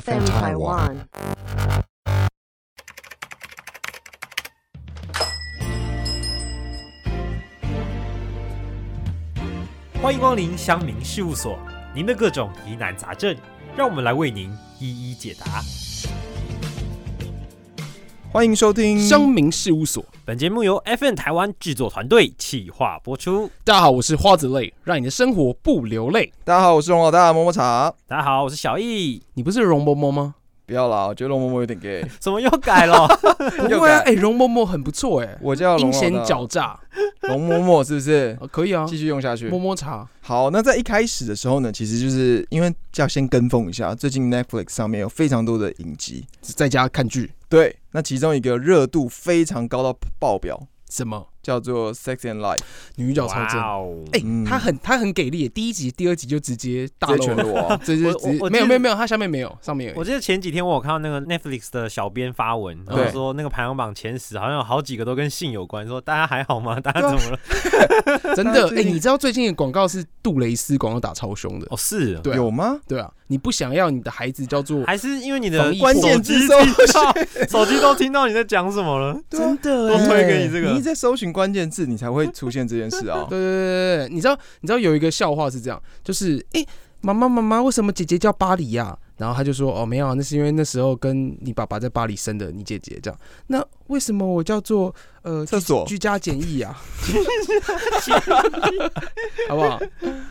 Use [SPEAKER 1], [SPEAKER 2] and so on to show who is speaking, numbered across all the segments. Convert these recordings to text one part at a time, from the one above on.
[SPEAKER 1] FM Taiwan.
[SPEAKER 2] 欢迎光临乡民事务所，您的各种疑难杂症，让我们来为您一一解答。
[SPEAKER 3] 欢迎收听
[SPEAKER 4] 乡民事务所。
[SPEAKER 2] 本节目由 FN 台湾制作团队企划播出。
[SPEAKER 4] 大家好，我是花子泪，让你的生活不流泪。
[SPEAKER 3] 大家好，我是龙老大摸摸茶。
[SPEAKER 2] 大家好，我是小易。
[SPEAKER 4] 你不是容嬷嬷吗？
[SPEAKER 3] 不要啦，我觉得龙嬷嬷有点 gay。
[SPEAKER 2] 怎么又改 了？
[SPEAKER 4] 不会啊，哎、容嬷嬷很不错哎、
[SPEAKER 3] 我叫龙
[SPEAKER 4] 阴
[SPEAKER 3] 老
[SPEAKER 4] 险
[SPEAKER 3] 大
[SPEAKER 4] 狡诈、
[SPEAKER 3] 龙嬷嬷是不 是？
[SPEAKER 4] 啊，可以啊，
[SPEAKER 3] 继续用下去
[SPEAKER 4] 摸。摸茶。
[SPEAKER 3] 好，那在一开始的时候呢，其实就是因为要先跟风一下，最近 Netflix 上面有非常多的影集，
[SPEAKER 4] 在家看剧，
[SPEAKER 3] 对，那其中一个热度非常高到爆表，
[SPEAKER 4] 什么
[SPEAKER 3] 叫做《Sex and Life》，
[SPEAKER 4] 女角超正？
[SPEAKER 2] 哦！
[SPEAKER 4] 哎、
[SPEAKER 3] 嗯
[SPEAKER 4] 她很她很给力耶，第一集、第二集就直接大
[SPEAKER 3] 直
[SPEAKER 4] 露
[SPEAKER 3] 接全
[SPEAKER 4] 了，！
[SPEAKER 3] 裸啊
[SPEAKER 4] 这就
[SPEAKER 2] 我我
[SPEAKER 4] 直接
[SPEAKER 2] 我
[SPEAKER 4] 没
[SPEAKER 2] 记
[SPEAKER 4] 有
[SPEAKER 2] 得
[SPEAKER 4] 没有没有，她下面没有，上面有
[SPEAKER 2] 我。记得前几天我有看到那个 Netflix 的小编发文，然后
[SPEAKER 3] 对
[SPEAKER 2] 说那个排行榜前十好像有好几个都跟性有关，说大家还好吗？大家
[SPEAKER 3] 对啊
[SPEAKER 2] 怎么了？
[SPEAKER 4] 真
[SPEAKER 3] 大家
[SPEAKER 4] 的，
[SPEAKER 3] 最
[SPEAKER 4] 哎、
[SPEAKER 3] 近
[SPEAKER 4] 你知道最近的广告是杜蕾斯广告打超凶的，
[SPEAKER 2] 哦，是，
[SPEAKER 4] 对啊
[SPEAKER 3] 有吗？
[SPEAKER 4] 对啊，你不想要你的孩子叫做
[SPEAKER 2] 还是因为你
[SPEAKER 4] 防
[SPEAKER 2] 的
[SPEAKER 4] 疫
[SPEAKER 3] 关键
[SPEAKER 2] 手机
[SPEAKER 3] 字
[SPEAKER 2] 听
[SPEAKER 3] 搜
[SPEAKER 2] 到，手机都听到你在讲什么了？
[SPEAKER 3] 对啊
[SPEAKER 4] 的
[SPEAKER 2] 都
[SPEAKER 4] 哎。
[SPEAKER 2] 推给你这个
[SPEAKER 3] 你一直在搜寻关键字，你才会出现这件事啊
[SPEAKER 4] 对对对对，你知道你知道有一个笑话是这样，就是哎，诶妈妈妈妈，为什么姐姐叫巴黎呀、然后他就说哦，没有啊，那是因为那时候跟你爸爸在巴黎生的你姐姐这样。那为什么我叫做呃
[SPEAKER 3] 厕所
[SPEAKER 4] 居居家简易啊？好不好？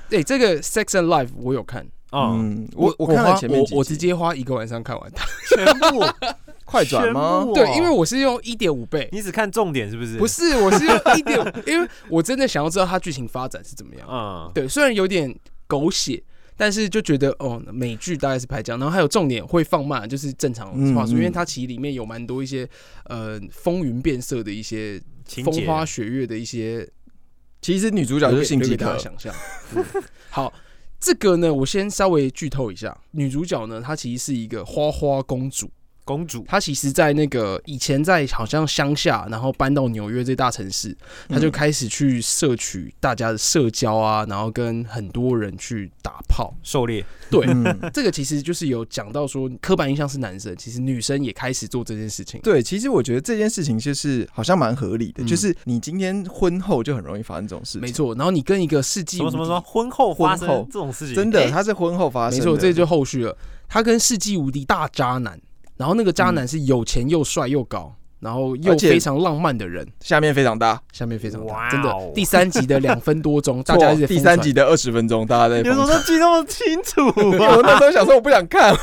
[SPEAKER 4] 对，这个《Sex and Life》我有看，
[SPEAKER 2] 哦，
[SPEAKER 3] 嗯，我我看了
[SPEAKER 4] 花
[SPEAKER 3] 前面几集
[SPEAKER 4] 我 我直接花一个晚上看完它。
[SPEAKER 2] 全部
[SPEAKER 3] 快转吗
[SPEAKER 2] 全部哦
[SPEAKER 4] 对，因为我是用一点五倍，
[SPEAKER 2] 你只看重点是不是？
[SPEAKER 4] 不，是，我是用一点五，因为我真的想要知道它剧情发展是怎么样。
[SPEAKER 2] 嗯，
[SPEAKER 4] 对，虽然有点狗血，但是就觉得哦，美剧大概是拍这样，然后还有重点会放慢，就是正常
[SPEAKER 3] 嗯
[SPEAKER 4] 话术，因为
[SPEAKER 3] 嗯
[SPEAKER 4] 它其实里面有蛮多一些呃风云变色的一些
[SPEAKER 2] 情
[SPEAKER 4] 风
[SPEAKER 2] 节
[SPEAKER 4] 花雪月的一些，
[SPEAKER 3] 其实女主啊角就是性
[SPEAKER 4] 留
[SPEAKER 3] 饥
[SPEAKER 4] 给大
[SPEAKER 3] 渴
[SPEAKER 4] 家，想象。嗯好。这个呢，我先稍微剧透一下，女主角呢，她其实是一个花花公主，
[SPEAKER 2] 公主
[SPEAKER 4] 她其实，在那个以前在好像乡下，然后搬到纽约这大城市，她就
[SPEAKER 3] 嗯
[SPEAKER 4] 开始去摄取大家的社交啊，然后跟很多人去打炮，
[SPEAKER 2] 狩猎，
[SPEAKER 4] 对，
[SPEAKER 3] 嗯，
[SPEAKER 4] 这个其实就是有讲到说，刻板印象是男生，其实女生也开始做这件事情。
[SPEAKER 3] 对，其实我觉得这件事情就是好像蛮合理的，
[SPEAKER 4] 嗯
[SPEAKER 3] 就是你今天婚后就很容易发生这种事情，
[SPEAKER 4] 没，错。然后你跟一个世纪
[SPEAKER 2] 什
[SPEAKER 4] 无
[SPEAKER 2] 么
[SPEAKER 4] 敌
[SPEAKER 2] 什么什么婚后发生
[SPEAKER 3] 婚后
[SPEAKER 2] 这种事情，
[SPEAKER 3] 真的，
[SPEAKER 2] 哎
[SPEAKER 3] 它是婚后发生
[SPEAKER 4] 没
[SPEAKER 3] 的，
[SPEAKER 4] 错，这就后续了。他跟世纪无敌大渣男，然后那个渣男是有钱又帅又高，然后又
[SPEAKER 3] 而且
[SPEAKER 4] 非常浪漫的人。
[SPEAKER 3] 下面非常大，
[SPEAKER 4] 下面非常
[SPEAKER 2] 哇
[SPEAKER 4] 大，
[SPEAKER 2] 哦
[SPEAKER 4] 真的。第三集的两分多 钟，大
[SPEAKER 3] 错
[SPEAKER 4] 家一直
[SPEAKER 3] 第
[SPEAKER 4] 疯
[SPEAKER 3] 三
[SPEAKER 4] 传
[SPEAKER 3] 集的二十分钟，大家在
[SPEAKER 2] 你怎
[SPEAKER 3] 疯
[SPEAKER 2] 么
[SPEAKER 3] 传
[SPEAKER 2] 都记那么清楚
[SPEAKER 3] 我那时候想说我不想 看，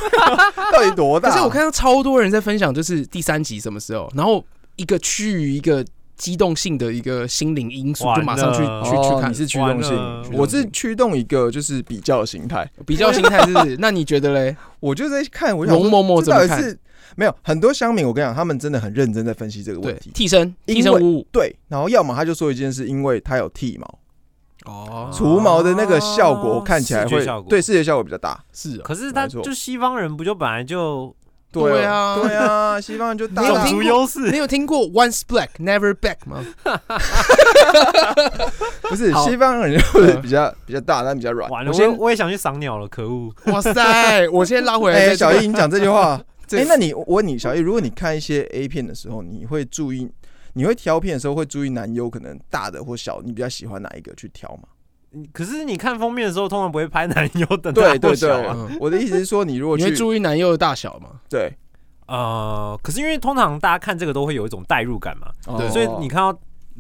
[SPEAKER 3] 到底多大？
[SPEAKER 4] 可是我看到超多人在分享，就是第三集什么时候，然后一个趋于一个激动性的一个心灵因素，
[SPEAKER 2] 完
[SPEAKER 4] 就马上去
[SPEAKER 2] 了
[SPEAKER 4] 去
[SPEAKER 3] 哦
[SPEAKER 4] 去看
[SPEAKER 3] 你。是驱动
[SPEAKER 2] 完了
[SPEAKER 3] 性，我是驱动一个就是比较的心态，
[SPEAKER 4] 比较心态是不是？那你觉得嘞？
[SPEAKER 3] 我就在看，我想
[SPEAKER 4] 容
[SPEAKER 3] 说
[SPEAKER 4] 嬷嬷
[SPEAKER 3] 这
[SPEAKER 4] 怎么
[SPEAKER 3] 到底
[SPEAKER 4] 看
[SPEAKER 3] 是没有很多乡民，我跟你讲，他们真的很认真在分析这个
[SPEAKER 4] 对
[SPEAKER 3] 问，题。
[SPEAKER 4] 替身，
[SPEAKER 3] 因
[SPEAKER 4] 替身
[SPEAKER 3] 为
[SPEAKER 4] 五五。
[SPEAKER 3] 对，然后要么他就说一件事，因为他有剃毛，
[SPEAKER 4] 哦
[SPEAKER 3] 除毛的那个效果
[SPEAKER 2] 哦
[SPEAKER 3] 看起来
[SPEAKER 2] 视觉
[SPEAKER 3] 会
[SPEAKER 2] 效果
[SPEAKER 3] 对视觉效果比较大。
[SPEAKER 4] 是哦，
[SPEAKER 2] 可是啊他
[SPEAKER 3] 没错
[SPEAKER 2] 就西方人不就本来就
[SPEAKER 4] 对啊
[SPEAKER 3] 对啊，西方人就大
[SPEAKER 4] 没有
[SPEAKER 3] 大
[SPEAKER 4] 听过
[SPEAKER 2] 优势
[SPEAKER 4] 你有听过 Once Black Never Back 吗？
[SPEAKER 3] 不是
[SPEAKER 4] 好嗯
[SPEAKER 3] 西方人就是比较比较大，但比较软。
[SPEAKER 2] 完了，
[SPEAKER 4] 我
[SPEAKER 2] 我
[SPEAKER 4] 先
[SPEAKER 2] 也我也想去赏鸟了，可恶！
[SPEAKER 4] 哇塞，我先拉回来
[SPEAKER 3] 哎、
[SPEAKER 4] 再
[SPEAKER 3] 小
[SPEAKER 4] 说。
[SPEAKER 3] 易，你讲这句 话，
[SPEAKER 4] 这
[SPEAKER 3] 哎、那你我问你，小易，如果你看一些 A 片的时候，你会注意，你会挑片的时候会注意男优可能大的或小，你比较喜欢哪一个去挑吗？
[SPEAKER 2] 可是你看封面的时候，通常不会拍男优的大
[SPEAKER 3] 对
[SPEAKER 2] 或
[SPEAKER 3] 对
[SPEAKER 2] 小
[SPEAKER 3] 对
[SPEAKER 2] 啊，
[SPEAKER 4] 嗯，
[SPEAKER 3] 我的意思是说，你如果
[SPEAKER 4] 你会
[SPEAKER 3] 去
[SPEAKER 4] 注意男优的大小吗？
[SPEAKER 3] 对，
[SPEAKER 2] 呃，可是因为通常大家看这个都会有一种代入感嘛，
[SPEAKER 4] 对
[SPEAKER 2] 哦所以你看到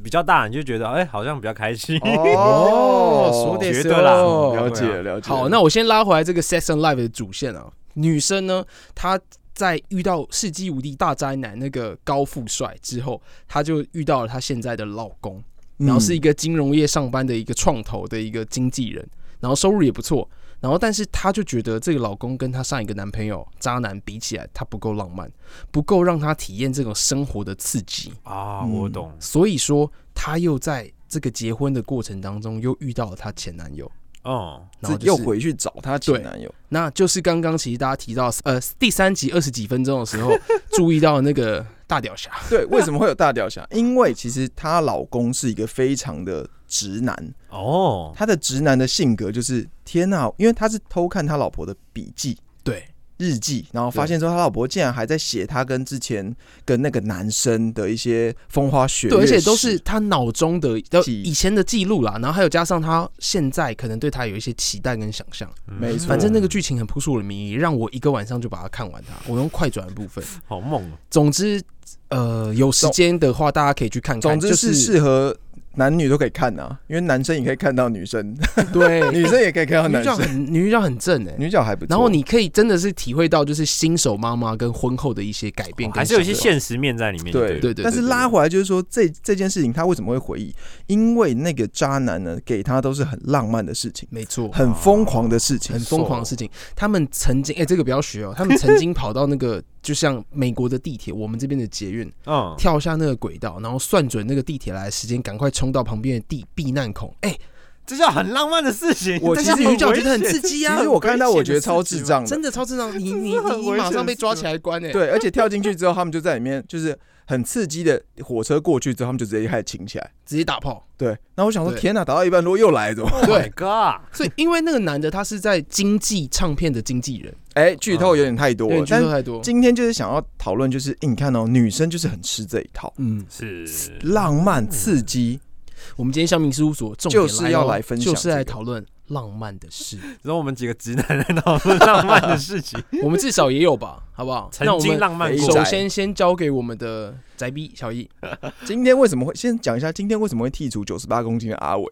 [SPEAKER 2] 比较大，你就觉得哎，好像比较开心。
[SPEAKER 3] 哦，
[SPEAKER 4] 说
[SPEAKER 2] 点绝
[SPEAKER 4] 的是
[SPEAKER 2] 对啦
[SPEAKER 4] 哦
[SPEAKER 3] 了
[SPEAKER 2] 对
[SPEAKER 3] 解了解。
[SPEAKER 4] 好，那我先拉回来这个 Sex and Life 的主线啊。女生呢，她在遇到世纪无敌大宅男那个高富帅之后，她就遇到了她现在的老公，然后是一
[SPEAKER 3] 个
[SPEAKER 4] 个金融业上班的一个创投的一个经纪人，然后收入也不错。然后，但是她就觉得这个老公跟她上一个男朋友渣男比起来，她不够浪漫，不够让她体验这种生活的刺激。
[SPEAKER 3] 嗯
[SPEAKER 2] 啊，我懂，
[SPEAKER 4] 所以说，她又在这个结婚的过程当中又遇到了她前男友，
[SPEAKER 2] 嗯，
[SPEAKER 4] 然后、就是、
[SPEAKER 3] 又回去找她前男友，
[SPEAKER 4] 那就是刚刚其实大家提到，呃，第三集二十几分钟的时 候注意到那个大屌侠，
[SPEAKER 3] 对，为什么会有大雕侠？因为其实她老公是一个非常的直男，
[SPEAKER 2] 哦，
[SPEAKER 3] 啊他的直男的性格就是天呐、因为他是偷看他老婆的笔记，
[SPEAKER 4] 对，
[SPEAKER 3] 日记，然后发现说他老婆竟然还在写他跟之前跟那个男生的一些风花雪月
[SPEAKER 4] 对，
[SPEAKER 3] 史，
[SPEAKER 4] 而且都是他脑中的呃
[SPEAKER 3] 记忆
[SPEAKER 4] 以前的记录啦，然后还有加上他现在可能对他有一些期待跟想象。
[SPEAKER 2] 嗯
[SPEAKER 3] 没错
[SPEAKER 4] 反正那个剧情很扑朔迷离，让我一个晚上就把它看完它。我用快转的部分，
[SPEAKER 2] 好梦哦，
[SPEAKER 4] 总之，呃，有时间的话大家可以去看看。
[SPEAKER 3] 总之
[SPEAKER 4] 就是
[SPEAKER 3] 适合男女都可以看啊，因为男生也可以看到女 生，
[SPEAKER 4] 对
[SPEAKER 3] 女生也可以看到
[SPEAKER 4] 女
[SPEAKER 3] 男
[SPEAKER 4] 主角
[SPEAKER 3] 生，
[SPEAKER 4] 很女主角很正哎、
[SPEAKER 3] 女角还不错。
[SPEAKER 4] 然后你可以真的是体会到，就是新手妈妈跟婚后的一些改变跟想法、
[SPEAKER 2] 还是有一些现实面在里面。
[SPEAKER 3] 对
[SPEAKER 4] 对对
[SPEAKER 3] 但是
[SPEAKER 4] 对
[SPEAKER 3] 拉回来就是说，这这件事情他为什么会回忆？因为那个渣男呢，给他都是很浪漫的事情，
[SPEAKER 4] 没错，
[SPEAKER 3] 很疯狂的事情
[SPEAKER 4] 很，疯狂的事情。他们曾经哎、这个不要学哦，他们曾经跑到那个就像美国的地铁，我们这边的捷运，
[SPEAKER 2] 嗯，
[SPEAKER 4] 跳下那个轨道，然后算准那个地铁来的时间，赶快冲到旁边的地避难孔。哎、
[SPEAKER 2] 这叫很浪漫的事情。
[SPEAKER 3] 我
[SPEAKER 4] 但
[SPEAKER 3] 其
[SPEAKER 4] 是
[SPEAKER 3] 实
[SPEAKER 4] 女主角觉得很刺激
[SPEAKER 3] 其
[SPEAKER 4] 啊
[SPEAKER 3] 实，我看到我觉得超智障的
[SPEAKER 4] 真，的超智障，你
[SPEAKER 2] 这
[SPEAKER 4] 你
[SPEAKER 2] 是很
[SPEAKER 4] 你
[SPEAKER 2] 危
[SPEAKER 4] 马
[SPEAKER 2] 险
[SPEAKER 4] 上
[SPEAKER 2] 的
[SPEAKER 4] 被抓
[SPEAKER 2] 事
[SPEAKER 4] 起来关哎、
[SPEAKER 3] 对，而且跳进去之后，他们就在里面就是很刺激的火车过去之后，他们就直接开始亲起来。
[SPEAKER 4] 直接打炮。
[SPEAKER 3] 对，然后我想说，
[SPEAKER 4] 对
[SPEAKER 3] 天哪，打到一半如果又来怎么办？
[SPEAKER 2] Oh my God，
[SPEAKER 4] 所以因为那个男的他是在经纪唱片的经纪人，
[SPEAKER 3] 哎，剧透有点太多
[SPEAKER 4] 因为
[SPEAKER 3] 了，
[SPEAKER 4] 嗯剧
[SPEAKER 3] 但
[SPEAKER 4] 透太多。
[SPEAKER 3] 今天就是想要讨论，就是、诶你看哦，女生就是很吃这一套，
[SPEAKER 4] 嗯，
[SPEAKER 2] 是
[SPEAKER 3] 浪漫刺激，
[SPEAKER 4] 我们今天香民事务所重点
[SPEAKER 3] 就是要
[SPEAKER 4] 咯
[SPEAKER 3] 来分享
[SPEAKER 4] 就是来
[SPEAKER 3] 这个
[SPEAKER 4] 讨论浪漫的事。
[SPEAKER 2] 然后我们几个直男来讨论浪漫的事情，
[SPEAKER 4] 我们至少也有吧，好不好？那
[SPEAKER 2] 曾
[SPEAKER 4] 我
[SPEAKER 2] 经
[SPEAKER 4] 们
[SPEAKER 2] 浪漫
[SPEAKER 3] 过
[SPEAKER 4] 首先先交给我们的宅逼小易，
[SPEAKER 3] 今天为什么会先讲一下？今天为什么会剔除九十八公斤的阿伟？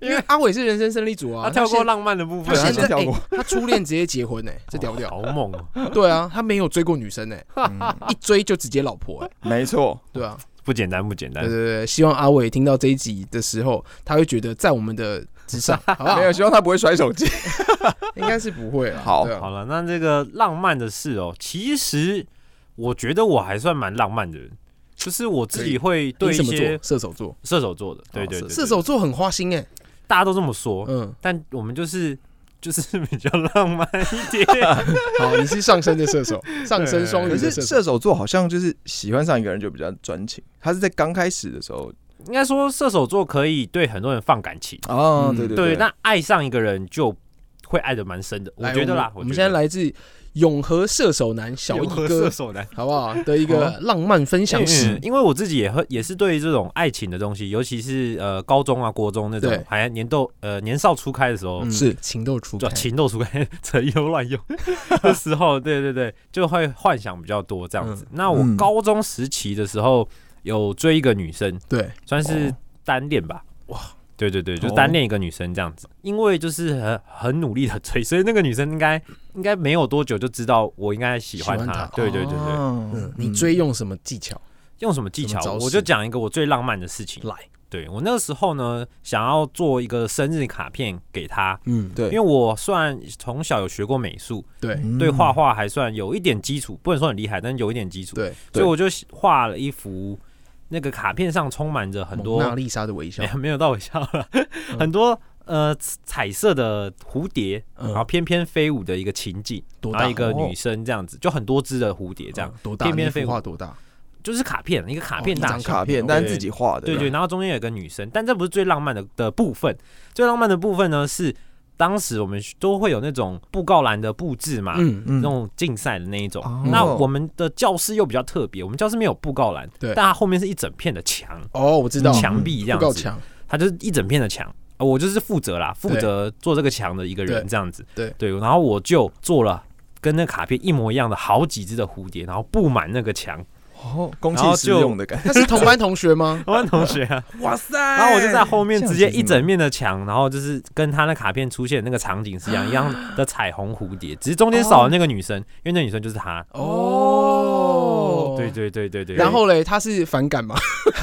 [SPEAKER 4] 因为阿伟是人生胜利组啊，
[SPEAKER 2] 他跳过
[SPEAKER 4] 现
[SPEAKER 2] 浪漫的部
[SPEAKER 4] 他
[SPEAKER 2] 分，
[SPEAKER 3] 对
[SPEAKER 4] 现
[SPEAKER 3] 他先
[SPEAKER 4] 在
[SPEAKER 3] 跳过
[SPEAKER 4] 哎他初恋直接结婚呢，哎这屌不屌？
[SPEAKER 2] 好猛哦！
[SPEAKER 4] 对啊，他没有追过女生呢，一追就直接老婆哎，
[SPEAKER 3] 没错，
[SPEAKER 4] 对啊，
[SPEAKER 2] 不简单，不简单
[SPEAKER 4] 对对。对，希望阿伟听到这一集的时候，他会觉得在我们的之上，好不好
[SPEAKER 3] 没？有，希望他不会摔 手机。
[SPEAKER 4] 应该是不会了。
[SPEAKER 3] 好
[SPEAKER 4] 对啊
[SPEAKER 2] 好了，那这个浪漫的事哦，其实我觉得我还算蛮浪漫的人，就是我自己会对
[SPEAKER 4] 你
[SPEAKER 2] 一
[SPEAKER 4] 什么
[SPEAKER 2] 些
[SPEAKER 4] 座？射手座。
[SPEAKER 2] 射手座的，对对
[SPEAKER 4] 哦
[SPEAKER 2] 对，
[SPEAKER 4] 射射
[SPEAKER 2] 对
[SPEAKER 4] 手座很花心哎，
[SPEAKER 2] 大家都这么说，
[SPEAKER 4] 嗯，
[SPEAKER 2] 但我们就是就是比较浪漫一点，
[SPEAKER 4] 好，你是上升的射手，上升双鱼
[SPEAKER 3] 可
[SPEAKER 4] 的
[SPEAKER 3] 是
[SPEAKER 4] 射手，
[SPEAKER 3] 射手座好像就是喜欢上一个人就比较专情，他是在刚开始的时候
[SPEAKER 2] 应该说射手座可以对很多人放感情，
[SPEAKER 3] 啊，
[SPEAKER 4] 嗯
[SPEAKER 3] 对对
[SPEAKER 2] 哦对，那爱上一个人就会爱的蛮深的，我
[SPEAKER 4] 来
[SPEAKER 2] 觉得啦，
[SPEAKER 4] 我
[SPEAKER 2] 我
[SPEAKER 4] 们
[SPEAKER 2] 觉
[SPEAKER 4] 现在
[SPEAKER 2] 得
[SPEAKER 4] 来自永和射手男小
[SPEAKER 2] 有
[SPEAKER 4] 一
[SPEAKER 2] 和
[SPEAKER 4] 哥
[SPEAKER 2] 射，手男。
[SPEAKER 4] 好不好？的一个浪漫分享
[SPEAKER 2] 啊嗯
[SPEAKER 4] 史，
[SPEAKER 2] 因为我自己也会也是对这种爱情的东西，尤其是呃高中啊、国中那种
[SPEAKER 4] 对
[SPEAKER 2] 还年斗呃年少初开的时候，
[SPEAKER 4] 嗯
[SPEAKER 3] 是
[SPEAKER 4] 情窦初
[SPEAKER 2] 就
[SPEAKER 4] 开，
[SPEAKER 2] 情窦初开、 趁优乱 用的时候，对对对，就会幻想比较多这样子。那我
[SPEAKER 3] 嗯
[SPEAKER 2] 高中时期的时候有追一个女生，
[SPEAKER 4] 对，
[SPEAKER 2] 算是
[SPEAKER 3] 哦
[SPEAKER 2] 单恋吧。
[SPEAKER 4] 哇
[SPEAKER 2] 对对对，就是
[SPEAKER 3] 哦
[SPEAKER 2] 单恋一个女生这样子，因为就是很很努力的追，所以那个女生应该应该没有多久就知道我应该喜欢
[SPEAKER 4] 喜欢
[SPEAKER 2] 她。
[SPEAKER 4] 她
[SPEAKER 2] 对对对对，
[SPEAKER 4] 嗯
[SPEAKER 3] 对，
[SPEAKER 4] 你追用什么技巧
[SPEAKER 2] 用什么技巧
[SPEAKER 4] 什么？招式嗯
[SPEAKER 2] 我就讲一个我最浪漫的事情。
[SPEAKER 4] 来？
[SPEAKER 2] 对我那个时候呢，想要做一个生日卡片给她，
[SPEAKER 4] 嗯，
[SPEAKER 3] 对，
[SPEAKER 2] 因为我虽然从小有学过美术，
[SPEAKER 4] 对，
[SPEAKER 3] 嗯
[SPEAKER 2] 对画画还算有一点基础，不能说很厉害，但有一点基础。
[SPEAKER 4] 对，
[SPEAKER 2] 所以我就画了一幅那个卡片上充满着很多哎
[SPEAKER 4] 蒙娜丽莎的微笑
[SPEAKER 2] 没，有没有到我笑了， 很多呃彩色的蝴蝶，
[SPEAKER 4] 嗯
[SPEAKER 2] 然后翩翩飞舞的一个情景，
[SPEAKER 4] 多
[SPEAKER 2] 然
[SPEAKER 4] 大
[SPEAKER 2] 后一个
[SPEAKER 3] 哦
[SPEAKER 2] 女生这样子，就很多只的蝴蝶这样，
[SPEAKER 4] 嗯多大？
[SPEAKER 2] 片片
[SPEAKER 4] 那幅
[SPEAKER 2] 飞舞
[SPEAKER 4] 画多大？
[SPEAKER 2] 就是卡片一个卡片
[SPEAKER 4] 哦一
[SPEAKER 2] 大
[SPEAKER 4] 张
[SPEAKER 2] 小。
[SPEAKER 3] 卡片，但是自己画的，
[SPEAKER 2] 对对，然后中间有个女生，但这不是最浪漫的的部分。最浪漫的部分呢是，当时我们都会有那种布告栏的布置嘛，
[SPEAKER 4] 嗯，
[SPEAKER 3] 嗯
[SPEAKER 2] 那种竞赛的那一种。
[SPEAKER 3] 哦
[SPEAKER 2] 那我们的教室又比较特别，我们教室没有布告栏，
[SPEAKER 4] 对
[SPEAKER 2] 但它后面是一整片的墙，
[SPEAKER 4] 哦，我知道，
[SPEAKER 2] 墙壁这
[SPEAKER 4] 不
[SPEAKER 2] 样
[SPEAKER 4] 够
[SPEAKER 2] 子，
[SPEAKER 4] 强，
[SPEAKER 2] 它就是一整片的墙。呃我就是负责啦，负责做这个墙的一个人
[SPEAKER 4] 对
[SPEAKER 2] 这样子。
[SPEAKER 4] 对
[SPEAKER 2] 然后我就做了跟那卡片一模一样的好几只的蝴蝶，然后布满那个墙。
[SPEAKER 3] 哦，公
[SPEAKER 2] 然
[SPEAKER 3] 器
[SPEAKER 2] 后
[SPEAKER 3] 私
[SPEAKER 2] 就？
[SPEAKER 3] 用的感觉，
[SPEAKER 4] 他是同班同学 吗
[SPEAKER 2] 我们同学 啊，
[SPEAKER 3] 哇塞！
[SPEAKER 2] 然
[SPEAKER 3] 然
[SPEAKER 2] 后我就在后面
[SPEAKER 3] 这样
[SPEAKER 2] 直接
[SPEAKER 3] 子
[SPEAKER 2] 一
[SPEAKER 3] 是
[SPEAKER 2] 整面的墙，然后就是跟他那卡片出现的那个场景是一样一样的彩虹蝴蝶，只是中间少了那个女生，因为那女生就是她。
[SPEAKER 4] 哦，
[SPEAKER 2] 对。对对对对。
[SPEAKER 4] 然后嘞，他是反感吗？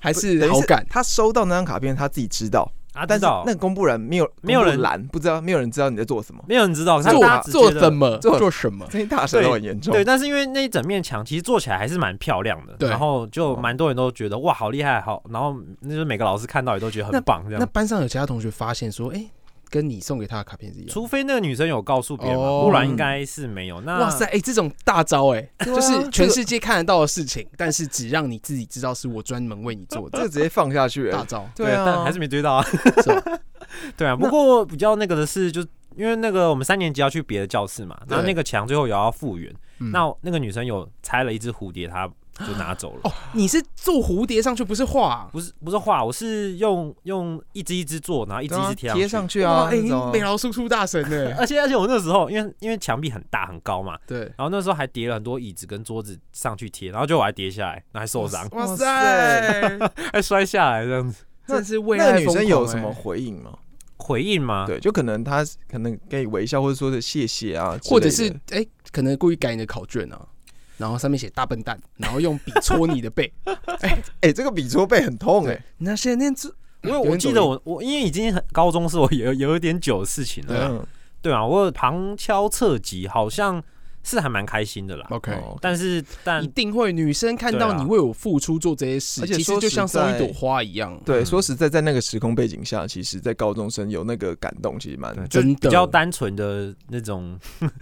[SPEAKER 4] 还是
[SPEAKER 3] 等于
[SPEAKER 4] 好
[SPEAKER 3] 是
[SPEAKER 4] 感？
[SPEAKER 3] 他收到那张卡片，他自己知道，
[SPEAKER 2] 啊，
[SPEAKER 3] 但是
[SPEAKER 2] 知道
[SPEAKER 3] 那个公布栏没有
[SPEAKER 2] 没有人
[SPEAKER 3] 拦，不知道，没有人知道你在做什么，
[SPEAKER 2] 没有人知道，他大
[SPEAKER 4] 做
[SPEAKER 2] 家只
[SPEAKER 4] 做
[SPEAKER 2] 觉得
[SPEAKER 4] 什么？
[SPEAKER 3] 做
[SPEAKER 4] 做什么？
[SPEAKER 3] 这些大神都很严重。
[SPEAKER 2] 对，但是因为那一整面墙其实做起来还是蛮漂亮的，
[SPEAKER 4] 对哦
[SPEAKER 2] 然后就蛮多人都觉得哇好厉害，好，然后那就是每个老师看到也都觉得很棒这
[SPEAKER 4] 那
[SPEAKER 2] 样。
[SPEAKER 4] 班上有其他同学发现说，哎，跟你送给他的卡片是一样的。
[SPEAKER 2] 除非那个女生有告诉别人嘛，
[SPEAKER 4] 哦
[SPEAKER 2] 不然应该是没有。那
[SPEAKER 4] 哇塞，哎、这种大招哎、
[SPEAKER 3] 嗯对啊
[SPEAKER 4] 就是全
[SPEAKER 3] 这个
[SPEAKER 4] 世界看得到的事情，但是只让你自己知道是我专门为你做
[SPEAKER 3] 这个
[SPEAKER 4] 的
[SPEAKER 3] 直接放下去，
[SPEAKER 4] 大
[SPEAKER 3] 欸
[SPEAKER 2] 啊
[SPEAKER 4] 招。
[SPEAKER 2] 对，但还是没追到啊
[SPEAKER 4] 是吧。
[SPEAKER 2] 对啊，不过比较那个的是，就因为那个我们三年级要去别的教室嘛，然后
[SPEAKER 3] 对
[SPEAKER 2] 那个墙最后也要复原，
[SPEAKER 1] 嗯
[SPEAKER 2] 那那个女生有拆了一只蝴蝶，她就拿走了。
[SPEAKER 4] 哦，你是做蝴蝶上去，不是画啊、
[SPEAKER 2] 不是不是画，我是用用一只一只做，然后一只一只贴上
[SPEAKER 3] 贴
[SPEAKER 2] 去。
[SPEAKER 3] 上去
[SPEAKER 4] 哇，
[SPEAKER 3] 啊，
[SPEAKER 4] 哎、
[SPEAKER 3] 那
[SPEAKER 4] 你
[SPEAKER 3] 种啊
[SPEAKER 4] 美劳输出大神哎呢、
[SPEAKER 2] 而且而且我那时候因为因为墙壁很大很高嘛，
[SPEAKER 4] 对，
[SPEAKER 2] 然后那时候还叠了很多椅子跟桌子上去贴，然后就我还叠下来，然后还受伤，
[SPEAKER 4] 哇
[SPEAKER 3] 哇
[SPEAKER 4] 塞，
[SPEAKER 2] 还摔下来这样子。
[SPEAKER 4] 真是为
[SPEAKER 3] 那
[SPEAKER 4] 爱
[SPEAKER 3] 女生
[SPEAKER 4] 疯
[SPEAKER 3] 有
[SPEAKER 4] 狂
[SPEAKER 3] 什
[SPEAKER 4] 欸
[SPEAKER 3] 么？回应吗？
[SPEAKER 2] 回应吗？
[SPEAKER 3] 对，就可能她可能给你微笑，或者说是谢谢啊之类的，
[SPEAKER 4] 或者是哎、可能故意改你的考卷啊，然后上面写大笨蛋，然后用笔戳你的背。
[SPEAKER 3] 哎、这个比桌背很痛哎、
[SPEAKER 4] 那些年之，
[SPEAKER 2] 因为我记得我我因为已经很高中是我有有一点久的事情了，
[SPEAKER 3] 嗯
[SPEAKER 2] 对啊，我有旁敲侧击，好像是还蛮开心的啦。
[SPEAKER 4] OK，、
[SPEAKER 3] 哦
[SPEAKER 2] 但是但
[SPEAKER 4] 一定会女生看到
[SPEAKER 2] 对啊
[SPEAKER 4] 你为我付出做这些事，
[SPEAKER 3] 而且
[SPEAKER 4] 其实
[SPEAKER 3] 说
[SPEAKER 4] 就
[SPEAKER 3] 实
[SPEAKER 4] 像送一朵
[SPEAKER 3] 在
[SPEAKER 4] 花一样，啊
[SPEAKER 3] 对，
[SPEAKER 2] 嗯
[SPEAKER 3] 说实在，在那个时空背景下，其实，在高中生有那个感动，其实蛮，
[SPEAKER 2] 就
[SPEAKER 4] 真的
[SPEAKER 2] 比较单纯的那种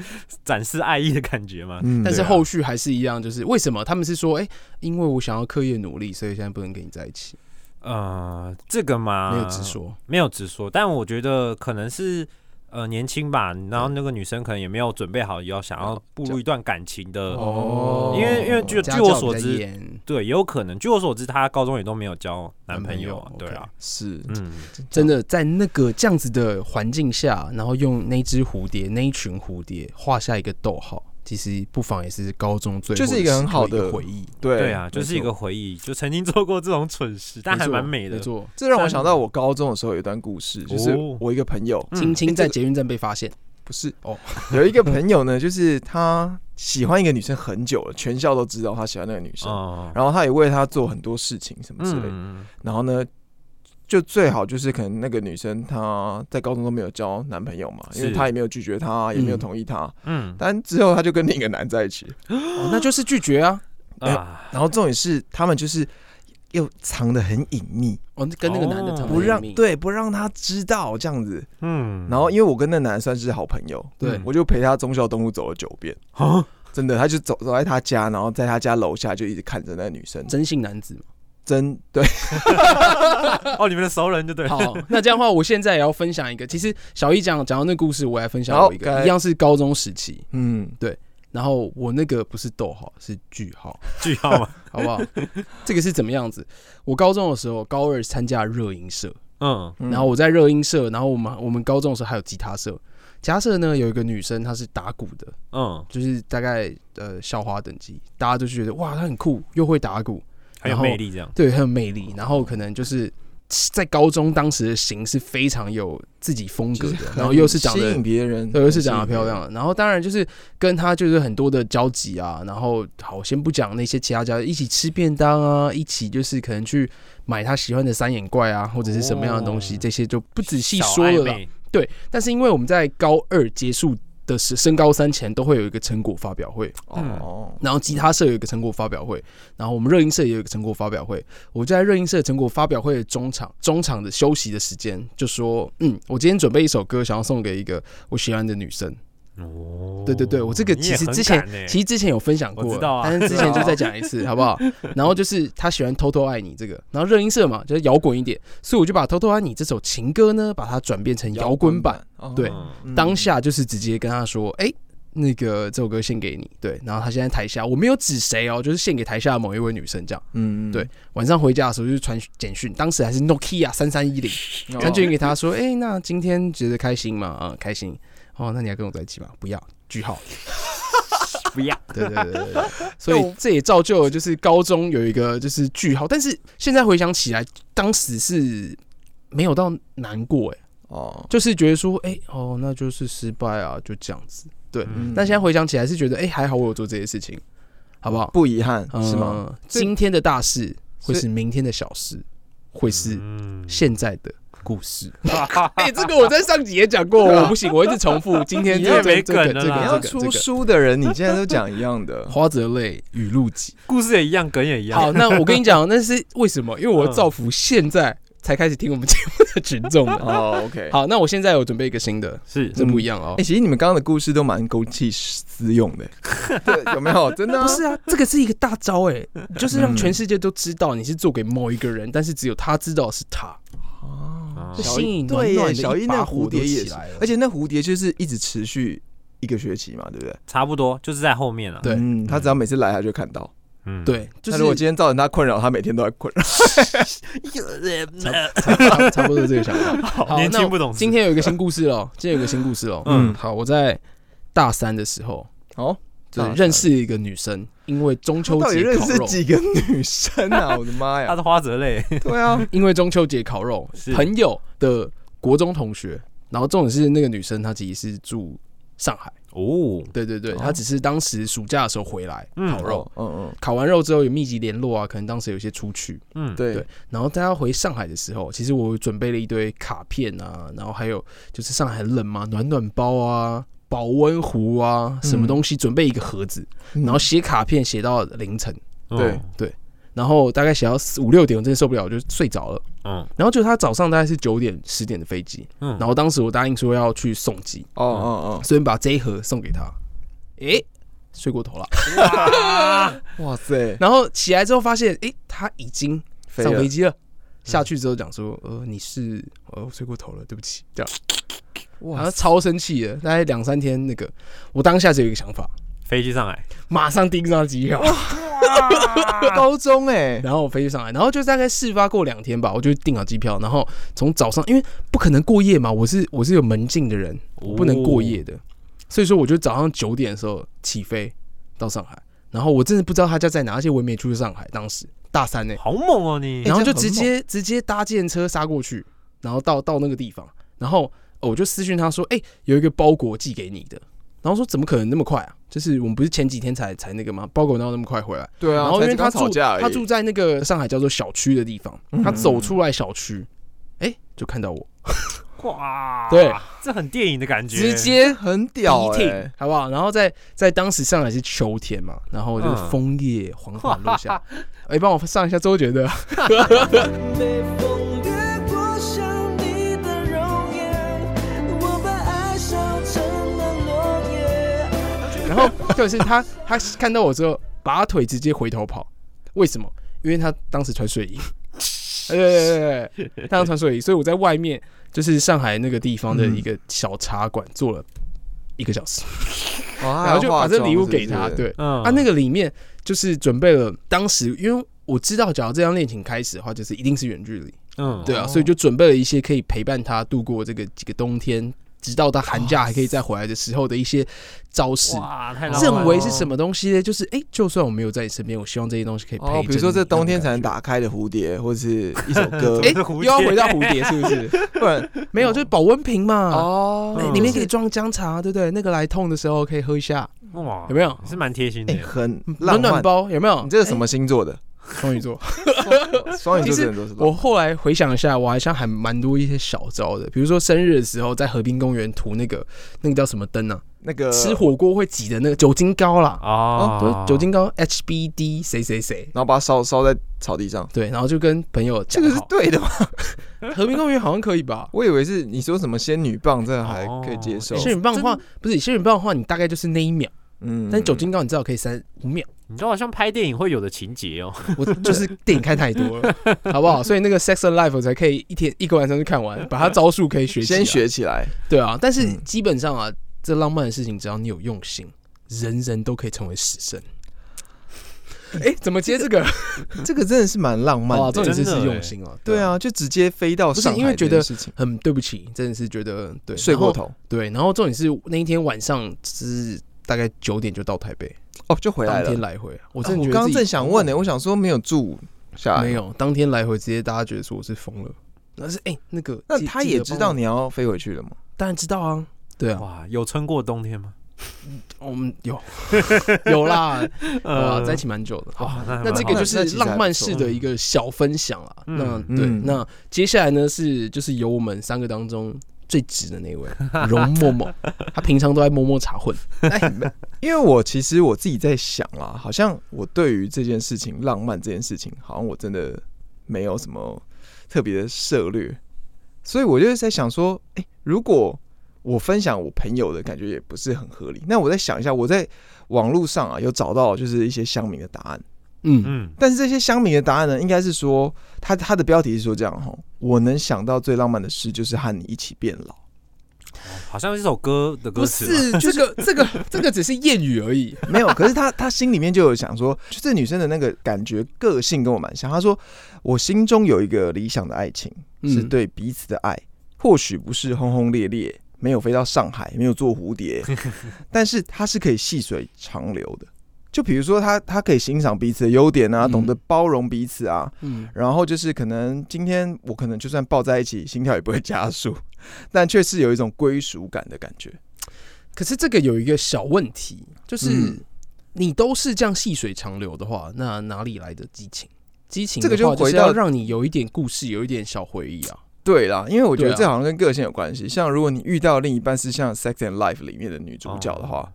[SPEAKER 2] 展示爱意的感觉嘛。
[SPEAKER 3] 嗯
[SPEAKER 4] 但是
[SPEAKER 2] 对啊
[SPEAKER 4] 后续还是一样，就是为什么他们是说，哎、因为我想要刻意努力，所以现在不能跟你在一起，
[SPEAKER 2] 呃，这个嘛，
[SPEAKER 4] 没有直，说。
[SPEAKER 2] 没有直说，但我觉得可能是。呃，年轻吧，然后那个女生可能也没有准备好，要想要步入一段感情的，
[SPEAKER 4] 哦
[SPEAKER 2] 因为因为据
[SPEAKER 4] 家
[SPEAKER 2] 据我
[SPEAKER 4] 教比
[SPEAKER 2] 所
[SPEAKER 4] 较
[SPEAKER 2] 知
[SPEAKER 4] 严
[SPEAKER 2] 对，也有可能。据我所知，她高中也都没有交男朋友啊
[SPEAKER 4] 男，朋
[SPEAKER 2] 对
[SPEAKER 4] 友
[SPEAKER 2] 啊，
[SPEAKER 3] 是
[SPEAKER 2] 嗯，
[SPEAKER 4] 真的在那个这样子的环境下，然后用那只蝴蝶、那一群蝴蝶画下一个逗号，其实不妨也是高中最
[SPEAKER 3] 就是一个很好的
[SPEAKER 4] 后回忆，
[SPEAKER 3] 对
[SPEAKER 2] 对啊，就是一
[SPEAKER 3] 没错
[SPEAKER 2] 个回忆，就曾经做过这种蠢事，但还蛮美的
[SPEAKER 4] 没。错。
[SPEAKER 3] 这让我想到我高中的时候有一段故事，就是
[SPEAKER 2] 哦
[SPEAKER 3] 我一个朋友，
[SPEAKER 4] 青
[SPEAKER 2] 嗯，
[SPEAKER 4] 青在捷运站被发现，
[SPEAKER 3] 不是
[SPEAKER 4] 哦
[SPEAKER 3] 哦，有一个朋友呢，就是他喜欢一个女生很久了，全校都知道他喜欢那个女生，
[SPEAKER 2] 哦，
[SPEAKER 3] 然后他也为她做很多事情什么之类的，
[SPEAKER 2] 嗯，
[SPEAKER 3] 然后呢。就最好就是可能那个女生她在高中都没有交男朋友嘛，因为
[SPEAKER 2] 是
[SPEAKER 3] 她也没有拒绝他，也没有
[SPEAKER 4] 嗯
[SPEAKER 3] 同意他，
[SPEAKER 2] 嗯
[SPEAKER 3] 但之后她就跟另一个男在一起，
[SPEAKER 4] 哦那就是拒绝啊。
[SPEAKER 3] 哎
[SPEAKER 2] 啊，
[SPEAKER 3] 然后重点是他们就是又藏得很隐秘，
[SPEAKER 4] 哦，跟那个男的
[SPEAKER 2] 哦
[SPEAKER 4] 谈
[SPEAKER 3] 不让
[SPEAKER 4] 恋爱
[SPEAKER 3] 对不让他知道这样子。
[SPEAKER 2] 嗯，
[SPEAKER 3] 然后因为我跟那男算是好朋友，
[SPEAKER 4] 对
[SPEAKER 2] 嗯
[SPEAKER 3] 我就陪他忠孝东路走了九遍，
[SPEAKER 2] 啊，
[SPEAKER 3] 真的，他就走走在他家，然后在他家楼下就一直看着那个女生，
[SPEAKER 4] 真性男子嘛。
[SPEAKER 3] 真对，
[SPEAKER 2] 哦，你们的熟 人就对了，
[SPEAKER 4] 好，那这样的话，我现在也要分享一个。其实小易讲讲到那故事，我也分享
[SPEAKER 3] 好
[SPEAKER 4] 我一个，
[SPEAKER 3] 该
[SPEAKER 4] 一样是高中时期。
[SPEAKER 3] 嗯，
[SPEAKER 4] 然后我那个不是逗号，是句号。
[SPEAKER 2] 句号嘛，
[SPEAKER 4] 好 不好？这个是怎么样子？我高中的时候，高二参加热音社，
[SPEAKER 2] 嗯
[SPEAKER 3] 嗯
[SPEAKER 4] 然后我在热音社，然后我们我们高中的时候还有吉他社，吉他社呢有一个女生她是打鼓的，
[SPEAKER 2] 嗯，
[SPEAKER 4] 就是大概呃校花等级，大家就觉得哇她很酷，又会打鼓，
[SPEAKER 2] 很有
[SPEAKER 4] 然后
[SPEAKER 2] 魅力这样，
[SPEAKER 4] 对，很有魅力。然后可能就是在高中当时的型是非常有自己风格的，然后又是长
[SPEAKER 3] 吸
[SPEAKER 4] 得
[SPEAKER 3] 引别人，
[SPEAKER 4] 对，又是
[SPEAKER 3] 很吸引
[SPEAKER 4] 长得漂亮的。然后当然就是跟他就是很多的交集啊。然后好，我先不讲那些其他交集，一起吃便当啊，一起就是可能去买他喜欢的三眼怪啊，或者是什么样的东西，
[SPEAKER 2] 哦
[SPEAKER 4] 这些就不仔细
[SPEAKER 2] 小
[SPEAKER 4] 说
[SPEAKER 2] 暧
[SPEAKER 4] 了啦。
[SPEAKER 2] 昧
[SPEAKER 4] 对，但是因为我们在高二结束的时，升高三前都会有一个成果发表会，
[SPEAKER 3] 别人哦，
[SPEAKER 4] 然后吉他社有一个成果发表会，然后我们热音社也有一个成果发表会。我就在热音社成果发表会的中场，中场的休息的时间，就说，嗯，我今天准备一首歌，想要送给一个我喜欢的女生。
[SPEAKER 2] 哦，
[SPEAKER 4] 对对对，我这个
[SPEAKER 2] 你
[SPEAKER 4] 其
[SPEAKER 2] 也
[SPEAKER 4] 实
[SPEAKER 2] 很
[SPEAKER 4] 之前
[SPEAKER 2] 敢欸
[SPEAKER 4] 其实之前有分享过
[SPEAKER 2] 我
[SPEAKER 4] 了，
[SPEAKER 2] 知道啊
[SPEAKER 4] 但是之前就再讲一 次，好不好？然后就是他喜欢《偷偷爱你》这个，然后热音社嘛，就是摇滚一点，所以我就把《偷偷爱你》这首情歌呢，把它转变成摇滚版，，
[SPEAKER 3] 哦
[SPEAKER 4] 对
[SPEAKER 2] 嗯
[SPEAKER 3] 嗯
[SPEAKER 4] 当下就是直接跟他说，哎、那个这首歌献给你，对，然后他现在台下，我没有指谁哦，就是献给台下的某一位女生这样。
[SPEAKER 3] 嗯
[SPEAKER 4] 对，晚上回家的时候就是传简讯，当时还是 Nokia 三三一零，
[SPEAKER 3] 哦
[SPEAKER 4] 传简讯给他说，哎、那今天觉得开心吗？啊、开心。哦，那你要跟我在一起吗？不要，句号。
[SPEAKER 2] 不要，
[SPEAKER 4] 对对对对对，所以这也造就了就是高中有一个就是句号，但是现在回想起来，当时是没有到难过哎、
[SPEAKER 3] 哦，
[SPEAKER 4] 就是觉得说哎、哦那就是失败啊，就这样子。对，
[SPEAKER 2] 嗯
[SPEAKER 4] 但现在回想起来是觉得哎、还好我有做这些事情，好不好？
[SPEAKER 3] 不遗憾嗯是吗？
[SPEAKER 4] 呃？
[SPEAKER 3] 这
[SPEAKER 4] 今天的大事会
[SPEAKER 3] 所以
[SPEAKER 4] 是明天的小事，会是
[SPEAKER 2] 嗯
[SPEAKER 4] 现在的。故事，
[SPEAKER 3] 嗯
[SPEAKER 4] 哎、这个我在上集也讲 过，
[SPEAKER 3] 对啊
[SPEAKER 4] 我不行，我一直 重复。今天
[SPEAKER 2] 你
[SPEAKER 4] 这个
[SPEAKER 2] 也没
[SPEAKER 4] 这个
[SPEAKER 2] 梗
[SPEAKER 4] 这个
[SPEAKER 2] 了
[SPEAKER 4] 这
[SPEAKER 3] 你
[SPEAKER 2] 啦
[SPEAKER 3] 要
[SPEAKER 4] 个这
[SPEAKER 3] 出
[SPEAKER 4] 个，
[SPEAKER 3] 书的人，你现在都讲一样的
[SPEAKER 4] 花泽类语录集，
[SPEAKER 2] 故事也一样，梗也一样，
[SPEAKER 4] 好，那我跟你讲，那是为什么？因为我
[SPEAKER 3] 嗯
[SPEAKER 4] 要造福现在才开始听我们节目的群 众嘛。
[SPEAKER 3] 哦，OK，
[SPEAKER 4] 好，那我现在有准备一个新的，
[SPEAKER 2] 是
[SPEAKER 4] 这不一样哦
[SPEAKER 3] 哎、。其实你们刚刚的故事都蛮勾起私用的，对， 有没有？真的啊、
[SPEAKER 4] 不是啊，这个是一个大招 哎、就是让全世界都知道你是做给某一个人，但是只有他知道是他。
[SPEAKER 3] 哦
[SPEAKER 2] 嗯
[SPEAKER 4] 这
[SPEAKER 3] 小
[SPEAKER 4] 心
[SPEAKER 3] 樱
[SPEAKER 4] 影
[SPEAKER 3] 对
[SPEAKER 4] 暖
[SPEAKER 3] 耶，
[SPEAKER 4] 暖的，
[SPEAKER 3] 小樱
[SPEAKER 4] 樱
[SPEAKER 3] 那个蝴蝶也是，而
[SPEAKER 4] 且
[SPEAKER 3] 且那蝴蝶就是一直持续一个学期嘛，对不对？
[SPEAKER 2] 差不多就是在后面了。
[SPEAKER 4] 对
[SPEAKER 3] 嗯，他只要每次来他就会看到。
[SPEAKER 2] 嗯，
[SPEAKER 4] 对，就
[SPEAKER 3] 那
[SPEAKER 4] 是
[SPEAKER 3] 如果今天造成他困扰，他每天都在困扰。
[SPEAKER 4] 差差不多是这个想法。好，
[SPEAKER 2] 年
[SPEAKER 4] 那
[SPEAKER 2] 轻
[SPEAKER 4] 我
[SPEAKER 2] 不懂事
[SPEAKER 4] 今天有一个新故事 喽，今天有一个新故事喽。
[SPEAKER 2] 嗯
[SPEAKER 4] 嗯，好，我在大三的时候
[SPEAKER 3] 哦，
[SPEAKER 4] 就
[SPEAKER 3] 大三
[SPEAKER 4] 是认识一个女生，因为中秋
[SPEAKER 3] 他到底
[SPEAKER 4] 节
[SPEAKER 3] 认
[SPEAKER 4] 烤
[SPEAKER 3] 识
[SPEAKER 4] 肉，
[SPEAKER 3] 几个女生啊？我的妈
[SPEAKER 2] 他
[SPEAKER 3] 呀！
[SPEAKER 2] 是花泽类，
[SPEAKER 3] 对啊，
[SPEAKER 4] 因为中秋节烤肉
[SPEAKER 2] 是，
[SPEAKER 4] 朋友的国中同学，然后重点是那个女生她其实是住上海，
[SPEAKER 2] 哦，
[SPEAKER 4] 对对对，
[SPEAKER 3] 哦
[SPEAKER 4] 她只是当时暑假的时候回来
[SPEAKER 2] 嗯
[SPEAKER 4] 烤肉，，
[SPEAKER 3] 嗯
[SPEAKER 4] 烤完肉之后有密集联络啊，可能当时有些出去，
[SPEAKER 2] 嗯
[SPEAKER 3] 嗯，，对
[SPEAKER 4] 对，然后大家回上海的时候，其实我准备了一堆卡片啊，然后还有就是上海很冷嘛，暖暖包啊、保温壶啊，
[SPEAKER 2] 嗯
[SPEAKER 4] 什么东西，准备一个盒子，
[SPEAKER 3] 嗯
[SPEAKER 4] 然后写卡片写到凌晨，
[SPEAKER 2] 嗯
[SPEAKER 3] 对
[SPEAKER 4] 然后大概写到四五六点，我真的受不了，我就睡着了。
[SPEAKER 2] 嗯
[SPEAKER 4] 然后就他早上大概是九点十点的飞机，
[SPEAKER 2] 嗯，
[SPEAKER 4] 然后当时我答应说要去送机，
[SPEAKER 3] 哦哦
[SPEAKER 4] 所以把这一盒送给他，诶，睡过头了。嗯
[SPEAKER 3] 哦，哇塞，
[SPEAKER 4] 然后起来之后发现，诶，他已经
[SPEAKER 3] 飞
[SPEAKER 4] 上
[SPEAKER 3] 了嗯
[SPEAKER 4] 飞机了。下去之后讲说，呃，你是呃我睡过头了，对不起，这样，然后超生气的，大概两三天那个，我当下只有一个想法，
[SPEAKER 2] 飞机上来，
[SPEAKER 4] 马上订上机票，
[SPEAKER 3] 高中哎，
[SPEAKER 4] 然后我飞机上来，然后就大概事发过两天吧，我就订好机票，然后从早上，因为不可能过夜嘛，我是我是有门禁的人，我不能过夜的，
[SPEAKER 3] 哦
[SPEAKER 4] 所以说我就早上九点的时候起飞到上海，然后我真的不知道他家在哪，而且我也没去过上海，当时大三呢、
[SPEAKER 2] 好猛哦你
[SPEAKER 3] 欸，
[SPEAKER 4] 然后
[SPEAKER 3] 这
[SPEAKER 4] 就
[SPEAKER 3] 样很
[SPEAKER 4] 直接直接搭建车杀过去，然后到到那个地方，然后、哦我就私讯他说，哎、有一个包裹寄给你的，然后说怎么可能那么快啊？就是我们不是前几天才才那个吗？包裹哪有那么快回来？
[SPEAKER 3] 对啊，
[SPEAKER 4] 然后因
[SPEAKER 3] 才
[SPEAKER 4] 为
[SPEAKER 3] 刚
[SPEAKER 4] 他
[SPEAKER 3] 吵
[SPEAKER 4] 住
[SPEAKER 3] 架而已，
[SPEAKER 4] 他住在那个上海叫做小区的地方，
[SPEAKER 3] 嗯
[SPEAKER 4] 他走出来小区，哎、就看到我，
[SPEAKER 2] 哇，
[SPEAKER 4] 对，
[SPEAKER 2] 这很电影的感觉，
[SPEAKER 4] 直接
[SPEAKER 3] 很
[SPEAKER 4] 逼
[SPEAKER 3] 屌
[SPEAKER 4] 停
[SPEAKER 3] 哎，，
[SPEAKER 4] 好不好？然后在在当时上海是秋天嘛，然后就是
[SPEAKER 2] 嗯
[SPEAKER 4] 枫叶缓缓落下， 哎、帮我上一下周杰伦。
[SPEAKER 1] 被风掠过，想你的容颜，我把爱烧成了落叶。
[SPEAKER 4] 然后就是他，他看到我之后，拔腿直接回头跑。为什么？因为他当时穿睡衣，对对对对对，当时穿睡衣，所以我在外面就是上海那个地方的一个小茶馆坐了一个小时，然
[SPEAKER 3] 然
[SPEAKER 4] 后就把这礼物给他。，对，
[SPEAKER 2] 嗯，
[SPEAKER 4] 啊，那个里面就是准备了，当时因为我知道，假如这段恋情开始的话，就是一定是远距离，
[SPEAKER 2] 嗯，
[SPEAKER 4] 对啊，所以就准备了一些可以陪伴他度过这个几个冬天，直到他寒假还可以再回来的时候的一些招式。
[SPEAKER 2] 哇，太浪漫了
[SPEAKER 4] 认为是什么东西呢？就是哎、诶就算我没有在你身边，我希望这些东西可以陪着
[SPEAKER 3] 哦
[SPEAKER 4] 你。，
[SPEAKER 3] 比如说这冬天才
[SPEAKER 4] 让
[SPEAKER 3] 能
[SPEAKER 4] 你
[SPEAKER 3] 打开的蝴蝶，或者是一首 歌，
[SPEAKER 4] 哎、
[SPEAKER 2] 这蝴
[SPEAKER 4] 又
[SPEAKER 2] 蝶
[SPEAKER 4] 要回到蝴蝶是不 是？
[SPEAKER 3] 不然
[SPEAKER 4] 没有，就是保温瓶嘛。
[SPEAKER 3] 哦
[SPEAKER 4] 诶
[SPEAKER 2] 嗯
[SPEAKER 4] 里面可以装姜茶，对不对？那个来痛的时候可以喝一下，
[SPEAKER 2] 哇，
[SPEAKER 4] 有没有？
[SPEAKER 2] 是蛮贴心的
[SPEAKER 3] 哎，很哦浪
[SPEAKER 4] 暖暖
[SPEAKER 3] 漫。
[SPEAKER 4] 包有没有
[SPEAKER 3] 你？这是什么星座的？
[SPEAKER 4] 双鱼座。
[SPEAKER 3] 双鱼座
[SPEAKER 4] 其实
[SPEAKER 3] 的人都是
[SPEAKER 4] 我后来回想一下，我好像还蛮多一些小招的，比如说生日的时候在河滨公园涂那个那个叫什么灯啊？
[SPEAKER 3] 那个
[SPEAKER 4] 吃，火锅会挤的那个酒精膏啦，不是
[SPEAKER 2] 哦，
[SPEAKER 4] 酒精膏 HBD 谁谁谁。
[SPEAKER 3] 然后把它烧烧在草地上，
[SPEAKER 4] 对，然后就跟朋友
[SPEAKER 3] 这
[SPEAKER 4] 讲
[SPEAKER 3] 个是
[SPEAKER 4] 好，
[SPEAKER 3] 对的吗？
[SPEAKER 4] 和平公园好像可以吧？
[SPEAKER 3] 我以为是你说什么仙女棒，这还可以接受
[SPEAKER 2] 哦
[SPEAKER 4] 仙。女棒的话，不是仙女棒的话，你大概就是那一秒，
[SPEAKER 3] 嗯
[SPEAKER 4] 但酒精膏你至少可以三五秒。
[SPEAKER 2] 你知道好像拍电影会有的情节哦，
[SPEAKER 4] 我就是电影看太 多了，好不好？所以那个《Sex and Life》我才可以一天一个晚上就看完，把它招数可以学起来。
[SPEAKER 3] 先，学起来，
[SPEAKER 4] 对啊。但是
[SPEAKER 3] 嗯
[SPEAKER 4] 基本上啊，这浪漫的事情，只要你有用心，人人都可以成为 死神。哎，怎么接这个？
[SPEAKER 3] 这个真的是 蛮浪漫
[SPEAKER 4] 哇，
[SPEAKER 3] 的。
[SPEAKER 4] 重点是
[SPEAKER 2] 真的
[SPEAKER 4] 是
[SPEAKER 2] 欸
[SPEAKER 4] 用心啊。
[SPEAKER 3] 对，啊，就直接飞到上海
[SPEAKER 4] 不是因为觉得
[SPEAKER 3] 这件事情
[SPEAKER 4] 很对不起，真的是觉得对
[SPEAKER 3] 睡过。
[SPEAKER 4] 然后
[SPEAKER 3] 头
[SPEAKER 4] 对，然后重点是那一天晚上是大概九点就到台北，
[SPEAKER 3] 哦，就回来
[SPEAKER 4] 当
[SPEAKER 3] 了
[SPEAKER 4] 天。来回，啊我
[SPEAKER 3] 我
[SPEAKER 4] 真的
[SPEAKER 3] 我
[SPEAKER 4] 觉得
[SPEAKER 3] 刚刚
[SPEAKER 4] 自己
[SPEAKER 3] 正想问呢，我想说没有住下来，
[SPEAKER 4] 没。有，当天来回直接大家觉得说我是疯了。但是哎、那个
[SPEAKER 3] 那
[SPEAKER 4] 记
[SPEAKER 3] 他
[SPEAKER 4] 记
[SPEAKER 3] 也
[SPEAKER 4] 得
[SPEAKER 3] 知
[SPEAKER 4] 帮
[SPEAKER 3] 道
[SPEAKER 4] 我，
[SPEAKER 3] 你要飞回去了吗？
[SPEAKER 4] 当然知道啊。对啊，
[SPEAKER 2] 哇，有撑过冬天吗？
[SPEAKER 4] 我们有有啦，哇，在一起蛮久的。好，
[SPEAKER 2] 嗯哇，呃那还蛮
[SPEAKER 4] 那这个
[SPEAKER 2] 好
[SPEAKER 3] 那
[SPEAKER 2] 的
[SPEAKER 4] 就是
[SPEAKER 3] 其实还
[SPEAKER 4] 浪漫
[SPEAKER 3] 不错
[SPEAKER 4] 式的一个小分享啦。
[SPEAKER 2] 嗯
[SPEAKER 4] 那
[SPEAKER 3] 嗯
[SPEAKER 4] 对，
[SPEAKER 3] 嗯
[SPEAKER 4] 那接下来呢是就是由我们三个当中最直的那位容嬷嬷，她平常都在摸摸茶混。
[SPEAKER 3] 因为我其实我自己在想啦，好像我对于这件事情，浪漫这件事情，好像我真的没有什么特别的策略，所以我就是在想说，哎、如果我分享我朋友的感觉也不是很合理，那我再想一下，我在网络上啊有找到就是一些乡民的答案，
[SPEAKER 4] 嗯，
[SPEAKER 2] 嗯，
[SPEAKER 3] 但是这些乡民的答案呢，应该是说，他他的标题是说这样吼，我能想到最浪漫的事就是和你一起变老。
[SPEAKER 2] 好像是这首歌的歌
[SPEAKER 4] 不
[SPEAKER 2] 词嘛。
[SPEAKER 4] 是这个这个这个只是谚语而已。
[SPEAKER 3] 没有，可是他他心里面就有想说，就这女生的那个感觉个性跟我蛮像。他说，我心中有一个理想的爱情，
[SPEAKER 4] 嗯
[SPEAKER 3] 是对彼此的爱，或许不是轰轰烈烈，没有飞到上海，没有做蝴 蝶，但是它是可以细水长流的。就比如说他，他可以欣赏彼此的优点啊，
[SPEAKER 4] 嗯
[SPEAKER 3] 懂得包容彼此啊，
[SPEAKER 4] 嗯，
[SPEAKER 3] 然后就是可能今天我可能就算抱在一起，心跳也不会加速， 但却是有一种归属感的感觉。
[SPEAKER 4] 可是这个有一个小问题，就是、
[SPEAKER 3] 嗯
[SPEAKER 4] 你都是这样细水长流的话，那哪里来的激情？激情
[SPEAKER 3] 这个
[SPEAKER 4] 的话
[SPEAKER 3] 就回
[SPEAKER 4] 是要
[SPEAKER 3] 到
[SPEAKER 4] 让你有一点故事，有一点小回忆啊。
[SPEAKER 3] 对啦，因为我觉得
[SPEAKER 4] 对啊
[SPEAKER 3] 这好像跟个性有关系。像如果你遇到另一半是像《Sex and Life》里面的女主角的话，
[SPEAKER 2] 哦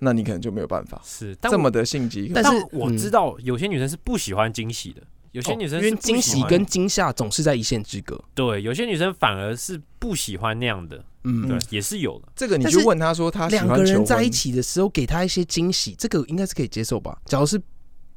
[SPEAKER 3] 那你可能就没有办法
[SPEAKER 2] 是，但
[SPEAKER 3] 这
[SPEAKER 2] 我
[SPEAKER 3] 么的性急。
[SPEAKER 4] 但
[SPEAKER 2] 但
[SPEAKER 4] 是
[SPEAKER 2] 是我
[SPEAKER 4] 嗯
[SPEAKER 2] 知道有些女生是不喜欢惊喜的，有些女生
[SPEAKER 4] 哦
[SPEAKER 2] 是
[SPEAKER 4] 因为
[SPEAKER 2] 不喜欢
[SPEAKER 4] 惊喜跟惊吓总是在一线之隔。
[SPEAKER 2] 对，有些女生反而是不喜欢那样的，
[SPEAKER 4] 嗯，
[SPEAKER 2] 对，也是有的。
[SPEAKER 3] 这个你
[SPEAKER 4] 但
[SPEAKER 3] 去
[SPEAKER 4] 是
[SPEAKER 3] 问他说他喜
[SPEAKER 4] 两
[SPEAKER 3] 欢
[SPEAKER 4] 个
[SPEAKER 3] 求
[SPEAKER 4] 人
[SPEAKER 3] 婚
[SPEAKER 4] 在一，起的时候给他一些惊喜，这个应该是可以接受吧？假如是，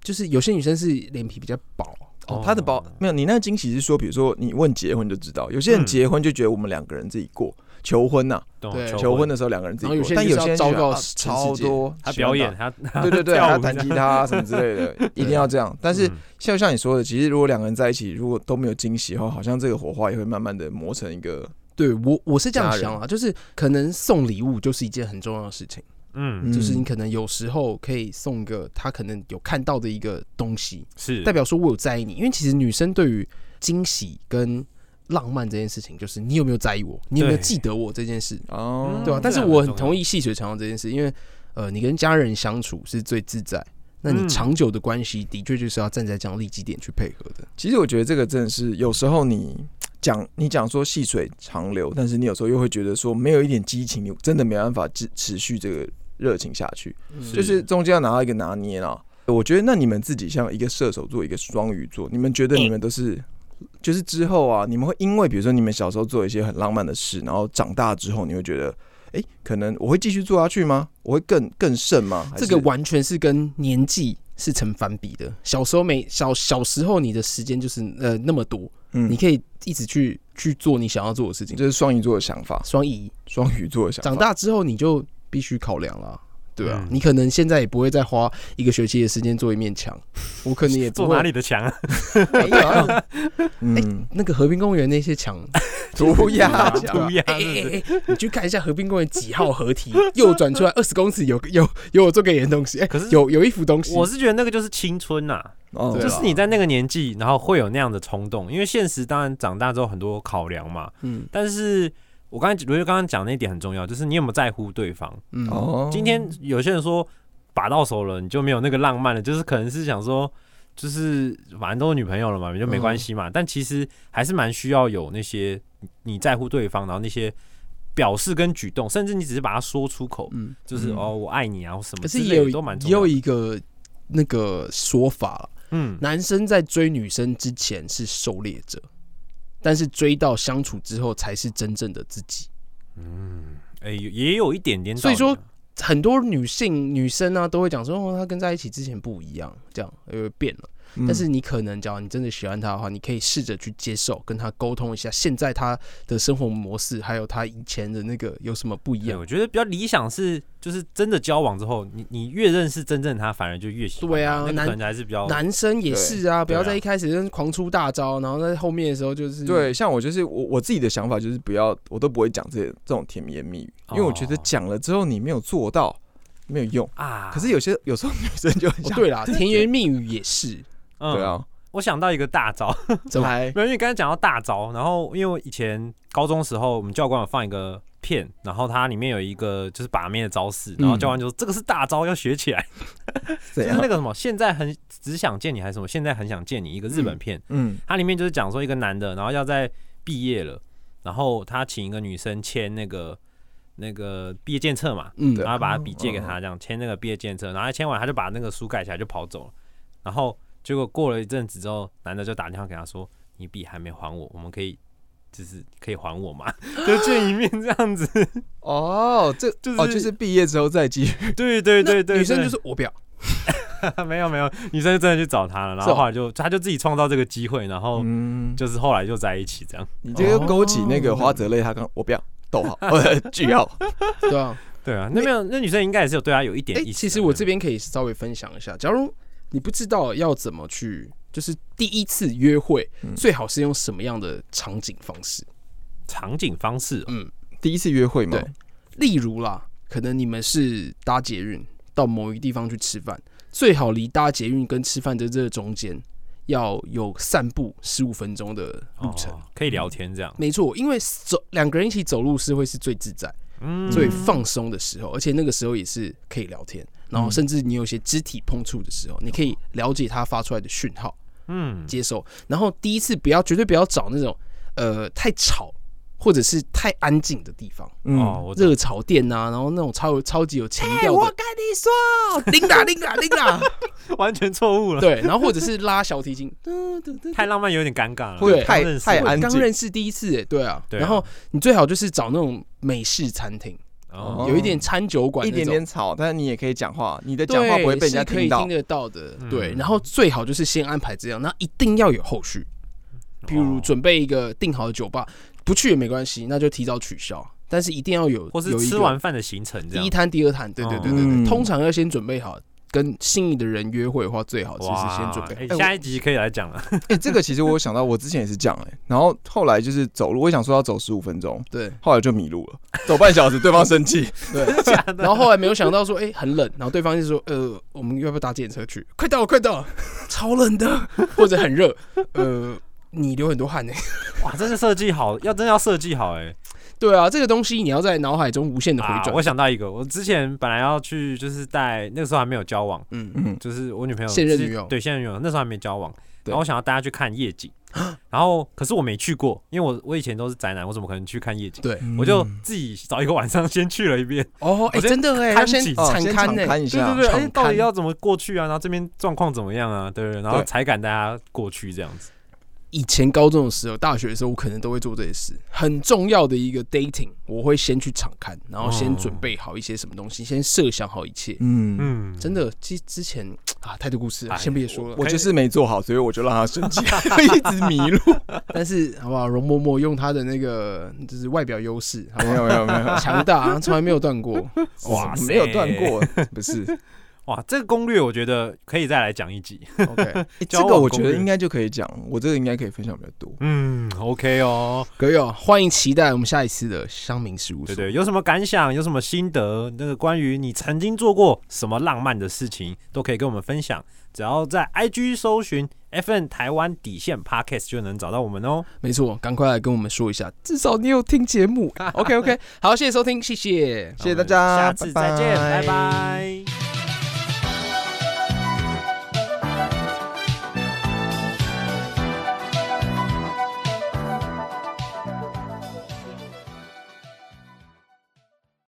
[SPEAKER 4] 就是有些女生是脸皮比较薄，
[SPEAKER 3] 哦、他的包没有。你那个惊喜是说，比如说你问结婚就知道，有些人
[SPEAKER 2] 嗯
[SPEAKER 3] 结婚就觉得我们两个人自己过。求婚呐、
[SPEAKER 2] 懂
[SPEAKER 4] 对
[SPEAKER 3] 求
[SPEAKER 2] 求
[SPEAKER 3] 婚的时候两个人自己
[SPEAKER 4] 然后有
[SPEAKER 3] 过，
[SPEAKER 4] 些人
[SPEAKER 3] 但有
[SPEAKER 4] 就是
[SPEAKER 3] 些
[SPEAKER 4] 要
[SPEAKER 3] 人就
[SPEAKER 4] 昭
[SPEAKER 3] 喜欢啊
[SPEAKER 4] 告全世界
[SPEAKER 3] 超多，
[SPEAKER 2] 他
[SPEAKER 3] 喜欢
[SPEAKER 2] 表演，
[SPEAKER 3] 打，
[SPEAKER 2] 他
[SPEAKER 3] 对对对，
[SPEAKER 2] 跳舞
[SPEAKER 3] 还要弹吉他啊什么之类 的，一定要这样。但是
[SPEAKER 2] 嗯
[SPEAKER 3] 像像你说的，其实如果两个人在一起，如果都没有惊喜的话，好像这个火花也会慢慢的磨成一个
[SPEAKER 4] 对我我是这样
[SPEAKER 3] 家人
[SPEAKER 4] 想啊，就是可能送礼物就是一件很重要的事情，
[SPEAKER 2] 嗯
[SPEAKER 4] 就是你
[SPEAKER 3] 嗯
[SPEAKER 4] 可能有时候可以送个他可能有看到的一个东西，
[SPEAKER 2] 是
[SPEAKER 4] 代表说我有在意你，因为其实女生对于惊喜跟浪漫这件事情，就是你有没有在意我，你有没有
[SPEAKER 2] 对
[SPEAKER 4] 记得我这件事，
[SPEAKER 3] 哦
[SPEAKER 2] 嗯
[SPEAKER 4] 对吧、啊
[SPEAKER 2] 这
[SPEAKER 4] 但是
[SPEAKER 2] 还
[SPEAKER 4] 我
[SPEAKER 2] 蛮
[SPEAKER 4] 很
[SPEAKER 2] 重要
[SPEAKER 4] 同意细水长流这件事，因为呃，你跟家人相处是最自在，那你
[SPEAKER 2] 嗯
[SPEAKER 4] 长久的关系的确就是要站在这样利基点去配合的。
[SPEAKER 3] 其实我觉得这个真的是有时候你讲你讲说细水长流，但是你有时候又会觉得说没有一点激情，你真的没办法持持续这个热情下去，就是中间要拿到一个拿捏啦。我觉得那你们自己像一个射手座，一个双鱼座，你们觉得你们都是。就是之后啊，你们会因为比如说你们小时候做一些很浪漫的事，然后长大之后，你会觉得，哎、可能我会继续做下去吗？我会更更胜吗？还
[SPEAKER 4] 这
[SPEAKER 3] 是
[SPEAKER 4] 个完全是跟年纪是成反比的。小时候没小小时候你的时间就是呃那么多，
[SPEAKER 3] 嗯
[SPEAKER 4] 你，可以一直去去做你想要做的事情。
[SPEAKER 3] 这是双鱼座的想法，
[SPEAKER 4] 双移
[SPEAKER 3] 双鱼座的想法。
[SPEAKER 4] 长大之后你就必须考量了。对啊，
[SPEAKER 2] 嗯
[SPEAKER 4] 你可能现在也不会再花一个学期的时间做一 面墙，我可能也不
[SPEAKER 2] 做
[SPEAKER 4] 会
[SPEAKER 2] 哪里的墙啊？，
[SPEAKER 4] 没有
[SPEAKER 3] 嗯，
[SPEAKER 4] 那个和平公园那些墙，
[SPEAKER 3] 涂鸦
[SPEAKER 2] 涂鸦
[SPEAKER 4] 哎
[SPEAKER 2] 是不是
[SPEAKER 4] 哎哎哎，你去看一下和平公园几号合体，右 转出来二十公尺有有有我做给你的东西，哎、
[SPEAKER 2] 可是
[SPEAKER 4] 有有一幅东西，
[SPEAKER 2] 我是觉得那个就是青春呐、
[SPEAKER 3] 哦
[SPEAKER 4] 对
[SPEAKER 2] 就
[SPEAKER 4] 啊
[SPEAKER 2] 是你在那个年纪，然后会有那样的冲动，因为现实当然长大之后很多考量嘛。
[SPEAKER 4] 嗯
[SPEAKER 2] 但是我刚才我就刚刚讲那一点很重要，就是你有没有在乎对方。
[SPEAKER 4] 嗯
[SPEAKER 3] 哦，
[SPEAKER 2] 今天有些人说把到手了，你就没有那个浪漫了，就是可能是想说，就是反正都是女朋友了嘛，你就没关系
[SPEAKER 4] 嗯
[SPEAKER 2] 嘛。但其实还是蛮需要有那些你在乎对方，然后那些表示跟举动，甚至你只是把它说出口，
[SPEAKER 4] 嗯，
[SPEAKER 2] 就是、
[SPEAKER 3] 嗯
[SPEAKER 2] 哦我爱你啊或什么
[SPEAKER 4] 可
[SPEAKER 2] 之
[SPEAKER 4] 是
[SPEAKER 2] 类的，
[SPEAKER 4] 也有
[SPEAKER 2] 都蛮重
[SPEAKER 4] 也
[SPEAKER 2] 要
[SPEAKER 4] 有
[SPEAKER 2] 的。
[SPEAKER 4] 一个那个说法啦
[SPEAKER 2] 嗯，
[SPEAKER 4] 男生在追女生之前是狩猎者，但是追到相处之后才是真正的自己。
[SPEAKER 2] 哎、有也有一点点道
[SPEAKER 4] 所以
[SPEAKER 2] 理啊。
[SPEAKER 4] 说很多女性女生啊都会讲说，哦，她跟在一起之前不一样，这样呃变了。
[SPEAKER 3] 嗯
[SPEAKER 4] 但是你可能，假如你真的喜欢他的话，你可以试着去接受，跟他沟通一下，现在他的生活模式，还有他以前的那个有什么不一
[SPEAKER 2] 对，
[SPEAKER 4] 样？
[SPEAKER 2] 我觉得比较理想是，就是真的交往之后，你你越认识真正他，反而就越喜欢他。
[SPEAKER 4] 对啊
[SPEAKER 2] 那个
[SPEAKER 4] 男
[SPEAKER 2] 可能还是比较
[SPEAKER 4] 男生也是啊，不
[SPEAKER 2] 对
[SPEAKER 4] 要
[SPEAKER 2] 啊
[SPEAKER 4] 在一开始就狂出大招，然后在后面的时候就是
[SPEAKER 3] 对，像我就是我我自己的想法就是不要，我都不会讲这这种甜言蜜语，因为我觉得
[SPEAKER 2] 哦
[SPEAKER 3] 讲了之后你没有做到没有用。
[SPEAKER 2] 啊。
[SPEAKER 3] 可是有些有时候女生就很
[SPEAKER 4] 哦
[SPEAKER 3] 想，
[SPEAKER 4] 对啦，甜言蜜语也是，
[SPEAKER 2] 嗯
[SPEAKER 3] 对，啊，
[SPEAKER 2] 我想到一个大招，
[SPEAKER 4] 怎么
[SPEAKER 3] 还
[SPEAKER 2] 没有，因为刚才讲到大招，然后因为我以前高中时候，我们教官有放一个片，然后它里面有一个就是把妹的招式，然后
[SPEAKER 4] 嗯
[SPEAKER 2] 教官就说、这个是大招，要学起来。
[SPEAKER 3] 怎
[SPEAKER 2] 就是
[SPEAKER 3] 样
[SPEAKER 2] 那？个什么，现在很只想见你还是什么，现在很想见你一个日本片，
[SPEAKER 3] 嗯，
[SPEAKER 2] 它里面就是讲说一个男的，然后要在毕业了，然后他请一个女生签那个那个毕业检测嘛，
[SPEAKER 4] 嗯，
[SPEAKER 3] 对
[SPEAKER 2] 然后把他笔借给他，这样签那个毕业检测，然后他签完他就把那个书盖起来就跑走了。然后结果过了一阵子之后，男的就打电话给他说：“你笔还没还我，我们可以就是可以还我吗？” 就见一面这样子。
[SPEAKER 3] 哦，这
[SPEAKER 2] 就是
[SPEAKER 3] 哦就是毕业之后再继续，
[SPEAKER 2] 对对对对
[SPEAKER 4] 那
[SPEAKER 2] 对，
[SPEAKER 4] 女生就是我不要，
[SPEAKER 2] 没有没有，女生就真的去找他了，然
[SPEAKER 4] 是
[SPEAKER 2] 后
[SPEAKER 4] 哦
[SPEAKER 2] 后来就他就自己创造这个机会，然后
[SPEAKER 3] 嗯，哦
[SPEAKER 2] 就是后来就在一起这样。
[SPEAKER 3] 你这个勾起那个花泽类，他刚我不要逗号呃句 号，
[SPEAKER 4] 对啊，
[SPEAKER 2] 对啊，那没有那女生应该也是有对他有一点
[SPEAKER 4] 哎、
[SPEAKER 2] 意思啊。
[SPEAKER 4] 其实我这边可以稍微分享一下，假如你不知道要怎么去，就是第一次约会，
[SPEAKER 3] 嗯
[SPEAKER 4] 最好是用什么样的场景方式？
[SPEAKER 2] 场景方式哦
[SPEAKER 4] 嗯，
[SPEAKER 3] 第一次约会嘛，
[SPEAKER 4] 对例如啦，可能你们是搭捷运到某一个地方去吃饭，最好离搭捷运跟吃饭的这个中间要有散步十五分钟的路程。
[SPEAKER 2] 哦可以聊天这样，
[SPEAKER 4] 没错，因为走两个人一起走路是会是最自在、
[SPEAKER 2] 嗯，
[SPEAKER 4] 最放松的时候，而且那个时候也是可以聊天，然后甚至你有一些肢体碰触的时候，你可以了解他发出来的讯号，
[SPEAKER 2] 嗯
[SPEAKER 4] 接受。然后第一次不要绝对不要找那种呃太吵或者是太安静的地方，
[SPEAKER 2] 哦，
[SPEAKER 3] 嗯，
[SPEAKER 2] 我
[SPEAKER 4] 热炒店呐、然后那种超有超级有情调
[SPEAKER 1] 我
[SPEAKER 4] 的，
[SPEAKER 1] 跟你说。
[SPEAKER 4] 叮啦叮啦叮啦，
[SPEAKER 2] 完全错误了，
[SPEAKER 4] 对，然后或者是拉小提琴，嘟嘟 嘟
[SPEAKER 2] 太浪漫有点尴尬了，
[SPEAKER 3] 或者
[SPEAKER 4] 对
[SPEAKER 3] 太
[SPEAKER 2] 刚认识
[SPEAKER 3] 太
[SPEAKER 2] 我
[SPEAKER 3] 安
[SPEAKER 4] 刚
[SPEAKER 3] 静，
[SPEAKER 4] 认识第一次耶，对啊，
[SPEAKER 2] 对啊
[SPEAKER 4] 然后你最好就是找那种美式餐厅，
[SPEAKER 2] 哦
[SPEAKER 4] 有一点餐酒馆
[SPEAKER 3] 一
[SPEAKER 4] 那种
[SPEAKER 3] 点点吵，但是你也可以讲话，你的
[SPEAKER 4] 对，
[SPEAKER 3] 讲话不会被人家
[SPEAKER 4] 是可以
[SPEAKER 3] 到
[SPEAKER 4] 听，得到的。
[SPEAKER 2] 嗯
[SPEAKER 4] 对，然后最好就是先安排这样，那一定要有后续，比如
[SPEAKER 2] 哦
[SPEAKER 4] 准备一个订好的酒吧，不去也没关系，那就提早取消，但是一定要有，
[SPEAKER 2] 或是
[SPEAKER 4] 有一
[SPEAKER 2] 吃
[SPEAKER 4] 个
[SPEAKER 2] 完饭的行程这
[SPEAKER 4] 第
[SPEAKER 2] 样
[SPEAKER 4] 一。摊、第二摊，对对对对
[SPEAKER 3] 嗯
[SPEAKER 4] 对，通常要先准备好。跟心仪的人约会的话，最好就是先准备好。
[SPEAKER 2] 哎下一集可以来讲了。
[SPEAKER 3] 哎、这个其实我有想到，我之前也是这样哎、然后后来就是走路，我也想说要走十五分钟，
[SPEAKER 4] 对
[SPEAKER 3] 后来就迷路了，走半小时，对方生气，
[SPEAKER 4] 对，然后后来没有想到说，哎，很冷，然后对方就说，呃，我们要不要搭电车去？快到了，快到了，超冷的，或者很热，呃，你流很多汗呢。欸
[SPEAKER 2] 哇，真的设计好，要真的要设计好哎、
[SPEAKER 4] 对啊，这个东西你要在脑海中无限的回
[SPEAKER 2] 啊
[SPEAKER 4] 转。
[SPEAKER 2] 我想到一个，我之前本来要去，就是带那个时候还没有交往，
[SPEAKER 4] 嗯，
[SPEAKER 3] 嗯，
[SPEAKER 2] 就是我女朋友
[SPEAKER 4] 现任
[SPEAKER 2] 是
[SPEAKER 4] 女友
[SPEAKER 2] 对现任女友，那时候还没交往。
[SPEAKER 3] 对
[SPEAKER 2] 然后我想要带她去看夜 景，然后可是我没去过，因为我我以前都是宅男，我怎么可能去看夜景？
[SPEAKER 4] 对。
[SPEAKER 2] 我就
[SPEAKER 3] 嗯
[SPEAKER 2] 自己找一个晚上先去了一遍。
[SPEAKER 4] 哦，哎，
[SPEAKER 2] 我先
[SPEAKER 4] 真的哎，
[SPEAKER 2] 看
[SPEAKER 4] 要先
[SPEAKER 2] 景
[SPEAKER 3] 哦
[SPEAKER 4] 产
[SPEAKER 3] 先
[SPEAKER 4] 勘
[SPEAKER 3] 敞
[SPEAKER 4] 呢。
[SPEAKER 3] 开一
[SPEAKER 2] 对
[SPEAKER 3] 下，
[SPEAKER 2] 对对，哎、
[SPEAKER 4] 敞
[SPEAKER 2] 到
[SPEAKER 4] 开
[SPEAKER 2] 底要怎么过去啊？然后这边状况怎么样啊？对不对？然后
[SPEAKER 3] 对
[SPEAKER 2] 才敢带她过去这样子。
[SPEAKER 4] 以前高中的时候、大学的时候，我可能都会做这些事。很重要的一个 dating，我会先去场勘，然后先
[SPEAKER 2] 哦
[SPEAKER 4] 准备好一些什么东西，先设想好一切。
[SPEAKER 3] 嗯，
[SPEAKER 2] 嗯，
[SPEAKER 4] 真的，之之前啊，太多故事了，
[SPEAKER 2] 哎
[SPEAKER 4] 先别说了。
[SPEAKER 3] 我就是没做好，所以我就让他生 气，一直迷路，
[SPEAKER 4] 但是好不好？容嬷嬷用她的那个就是外表优势，好不
[SPEAKER 3] 没有没有没有
[SPEAKER 4] 好，强大，啊从来没有断过。
[SPEAKER 2] 哇塞
[SPEAKER 3] 没有断过，不 是，
[SPEAKER 2] 哇，这个攻略我觉得可以再来讲一集。
[SPEAKER 4] OK，
[SPEAKER 3] 哎这
[SPEAKER 2] 交
[SPEAKER 3] 个
[SPEAKER 2] 往
[SPEAKER 3] 我觉
[SPEAKER 2] 攻
[SPEAKER 3] 得
[SPEAKER 2] 略
[SPEAKER 3] 应该就可以讲，我这个应该可以分享比较多，
[SPEAKER 2] 嗯，OK 哦，
[SPEAKER 4] 各位哦，欢迎期待我们下一次的乡民事务所
[SPEAKER 2] 对。对，有什么感想，有什么心得，那个关于你曾经做过什么浪漫的事情，都可以跟我们分享。只要在 IG 搜寻 FN 台湾底线 Podcast 就能找到我们哦。
[SPEAKER 4] 没错，赶快来跟我们说一下，至少你有听节目。OK OK，好，谢谢收听，谢谢。
[SPEAKER 3] 谢谢大家，
[SPEAKER 2] 下次再见，
[SPEAKER 3] 拜
[SPEAKER 2] 拜拜